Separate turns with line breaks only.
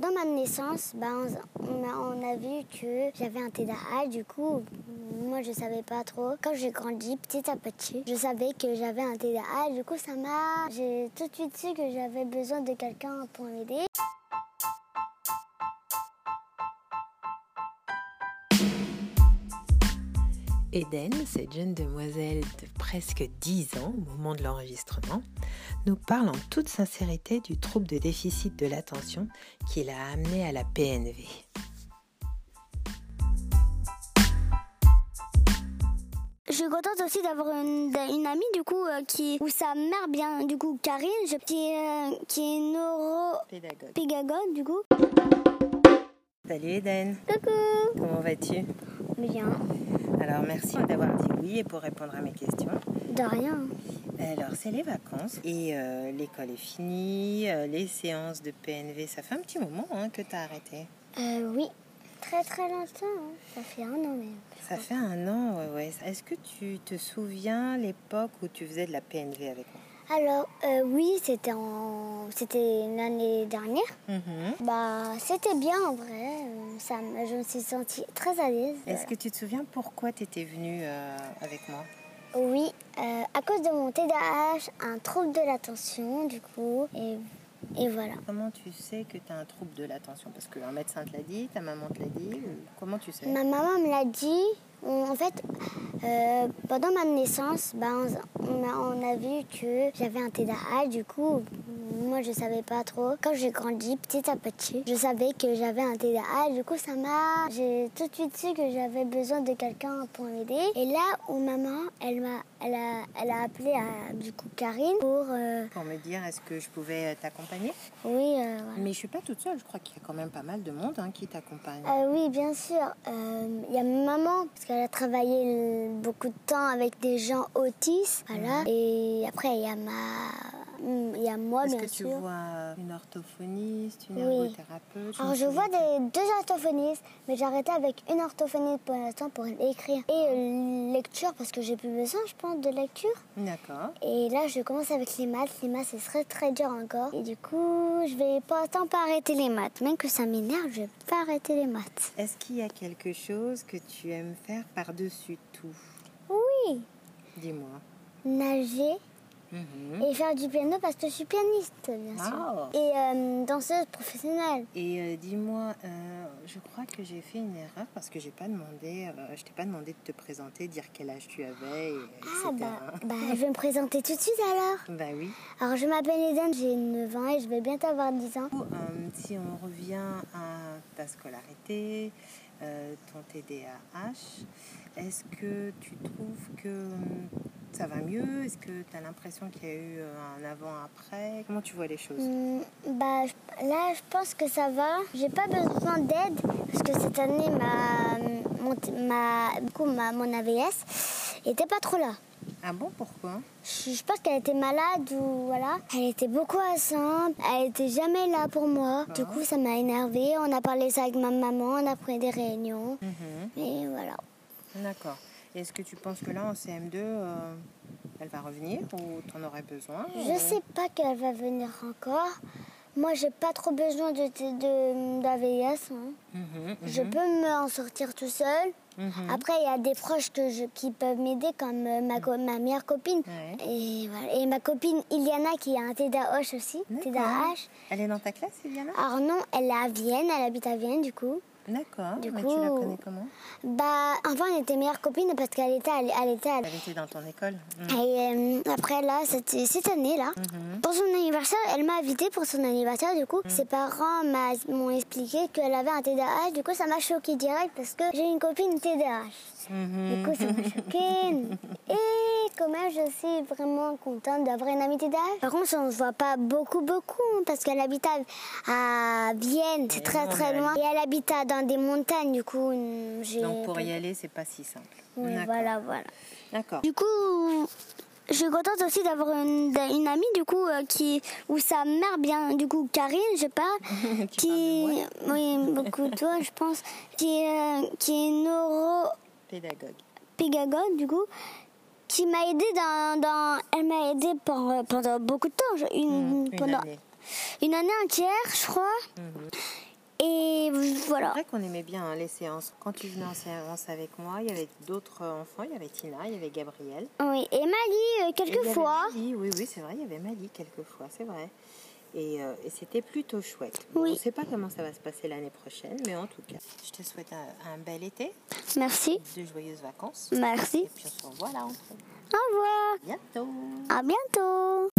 ma naissance, bah, on, on a, on a vu que j'avais un TDAH. Du coup, moi, je savais pas trop. Quand j'ai grandi, petit à petit, je savais que j'avais un TDAH. Du coup, ça m'a. J'ai tout de suite su que j'avais besoin de quelqu'un pour m'aider.
Eden, cette jeune demoiselle de presque 10 ans au moment de l'enregistrement, nous parle en toute sincérité du trouble de déficit de l'attention qui l'a amenée à la PNV.
Je suis contente aussi d'avoir une, une, amie du coup euh, qui ou sa mère bien du coup Karine je- qui, euh, qui est
Pédagogue.
neuropédagogue du coup.
Salut Eden,
Coucou.
comment vas-tu
Bien.
Alors merci d'avoir dit oui et pour répondre à mes questions.
De rien.
Alors c'est les vacances et euh, l'école est finie, euh, les séances de PNV, ça fait un petit moment hein, que tu as arrêté.
Euh, oui. Très très longtemps. hein. Ça fait un an même.
Ça fait un an, ouais, ouais. Est-ce que tu te souviens l'époque où tu faisais de la PNV avec moi
Alors euh, oui c'était en c'était l'année dernière. Bah c'était bien en vrai. Euh, Ça me- je me suis sentie très à l'aise.
Est-ce que tu te souviens pourquoi tu étais venue euh, avec moi
Oui, euh, à cause de mon TDAH, un trouble de l'attention, du coup, et, et voilà.
Comment tu sais que tu as un trouble de l'attention Parce qu'un médecin te l'a dit, ta maman te l'a dit, ou comment tu sais
Ma maman me l'a dit, on- en fait, euh, pendant ma naissance, bah, on, on a, on a vu que j'avais un TDAH, du coup, moi je savais pas trop. Quand j'ai grandi, petit à petit, je savais que j'avais un TDAH, du coup, ça m'a. J'ai tout de suite su que j'avais besoin de quelqu'un pour m'aider. Et là où maman, elle, m'a, elle, a, elle a appelé à, du coup Karine pour. euh,
Pour me dire est-ce que je pouvais euh, t'accompagner
oui, euh, voilà.
Mais je suis pas toute seule, je crois qu'il y a quand même pas mal de monde hein, qui t'accompagne.
Euh, oui, bien sûr. Euh, Il y a ma maman, parce qu'elle a travaillé l- beaucoup de temps avec des gens autistes.
Mhm.
Voilà. Et après, il y a ma. mm, Il y a moi,
Est-ce
bien
que tu
sûr.
vois une orthophoniste, une
Oui.
ergothérapeute
Alors, je vois des, deux orthophonistes, mais j'ai arrêté avec une orthophoniste pour l'instant pour écrire. Et euh, lecture, parce que j'ai plus besoin, je pense, de lecture.
des... D'accord.
Et là, je commence avec les maths. Les maths, c'est très très dur encore. Et du coup, je vais pas tant pas arrêter les maths. Même que ça m'énerve, je vais pas arrêter les maths.
Est-ce qu'il y a quelque chose que tu aimes faire par-dessus tout
Oui,
Dis-moi.
nager.
Mhm.
Et faire du piano parce que je suis pianiste, bien sûr.
Wow.
Et euh, danseuse professionnelle.
Et euh, dis-moi, euh, je crois que j'ai fait une erreur parce que j'ai pas demandé, euh, je t'ai pas demandé de te présenter, dire quel âge tu avais, et,
Ah
etc.
bah, bah, je vais me présenter tout de suite alors.
Bah oui.
Alors je m'appelle Eden, j'ai 9 ans et je vais bientôt avoir 10 ans.
Ou, euh, si on revient à ta scolarité, euh, ton TDAH, est-ce que tu trouves que euh, ça va mieux Est-ce que tu as l'impression qu'il y a eu euh, un avant-après Comment tu vois les choses
Hmm, bah je- là je pense que ça va. J'ai pas besoin d'aide parce que cette année ma mon, ma, du coup, ma- mon AVS était pas trop là.
Ah bon, pourquoi
Je je pense qu'elle était malade ou voilà. Elle était beaucoup absente. Elle était jamais là pour moi. Du coup, ça m'a énervée. On a parlé ça avec ma maman. On a pris des réunions. Et voilà.
D'accord. Et Est-ce que tu penses que là, en CM2, euh, elle va revenir ou tu en aurais besoin
Je
ou-
sais pas qu'elle va venir encore. Moi, j'ai pas trop besoin de de- d'AVS. hein.
Mhm, mhm.
Je peux m'en sortir tout seul.
Mhm.
Après, il y a des proches que je, qui peuvent m'aider, comme euh, ma, co- ma meilleure copine.
Ouais.
Et, voilà. Et ma copine Iliana, qui a un TDAH aussi.
D'accord.
TDAH.
Elle est dans ta classe, Sylviana
Alors non, elle est à Vienne, elle habite à Vienne du coup.
D'accord.
Du
Mais tu la
coup-
connais comment
Bah, enfin, on était meilleures copines parce qu'elle était, à l- elle était. à l-
Elle était dans ton école Mhm.
Et euh, après là, c'était cette année là, pour son anniversaire, elle m'a invitée pour son anniversaire. Du coup, ses parents m'a- m'ont expliqué qu'elle avait un TDAH. Du coup, ça m'a choquée direct parce que j'ai une copine TDAH.
Mhm.
Du coup, ça m'a choquée. Et quand même, je suis vraiment contente d'avoir une amie TDAH. Par contre, on ne se voit pas beaucoup, beaucoup, hein, parce qu'elle habite à, à Vienne, c'est
Et
très,
nous, on
très
est à
loin. Et elle habite à- dans des montagnes, du coup, hum, j'ai...
Donc pour y aller, c'est pas si simple.
Oui,
D'accord.
voilà, voilà.
D'accord.
Du coup, je suis contente aussi d'avoir une, une amie, du coup, euh, qui... Ou sa mère, bien, du coup, Karine, je sais pas,
Tu parles
qui... Oui, beaucoup de toi, je pense. Qui, euh, qui est neuro...
Pédagogue.
pédagogue du coup qui m'a aidé dans, dans- elle m'a aidé pendant, pendant beaucoup de temps je- Mhm, une,
Une
pendant
année.
une année entière je crois Et voilà.
C'est vrai qu'on aimait bien hein, les séances. Quand tu venais en séance avec moi, il y avait d'autres euh, enfants. Il y avait Tina, il y avait Gabriel.
Oui. Et Mali, euh,
Il y avait
quelquefois.
Mali, oui, oui, c'est vrai, il y avait Mali quelquefois, c'est vrai. Et, euh, et c'était plutôt chouette. Bon,
Oui.
On ne sait pas comment ça va se passer l'année prochaine, mais en tout cas, je te souhaite un, un bel été,
Merci.
de joyeuses vacances.
Merci.
Et puis on se revoit là, entre
Au revoir.
bientôt.
À bientôt.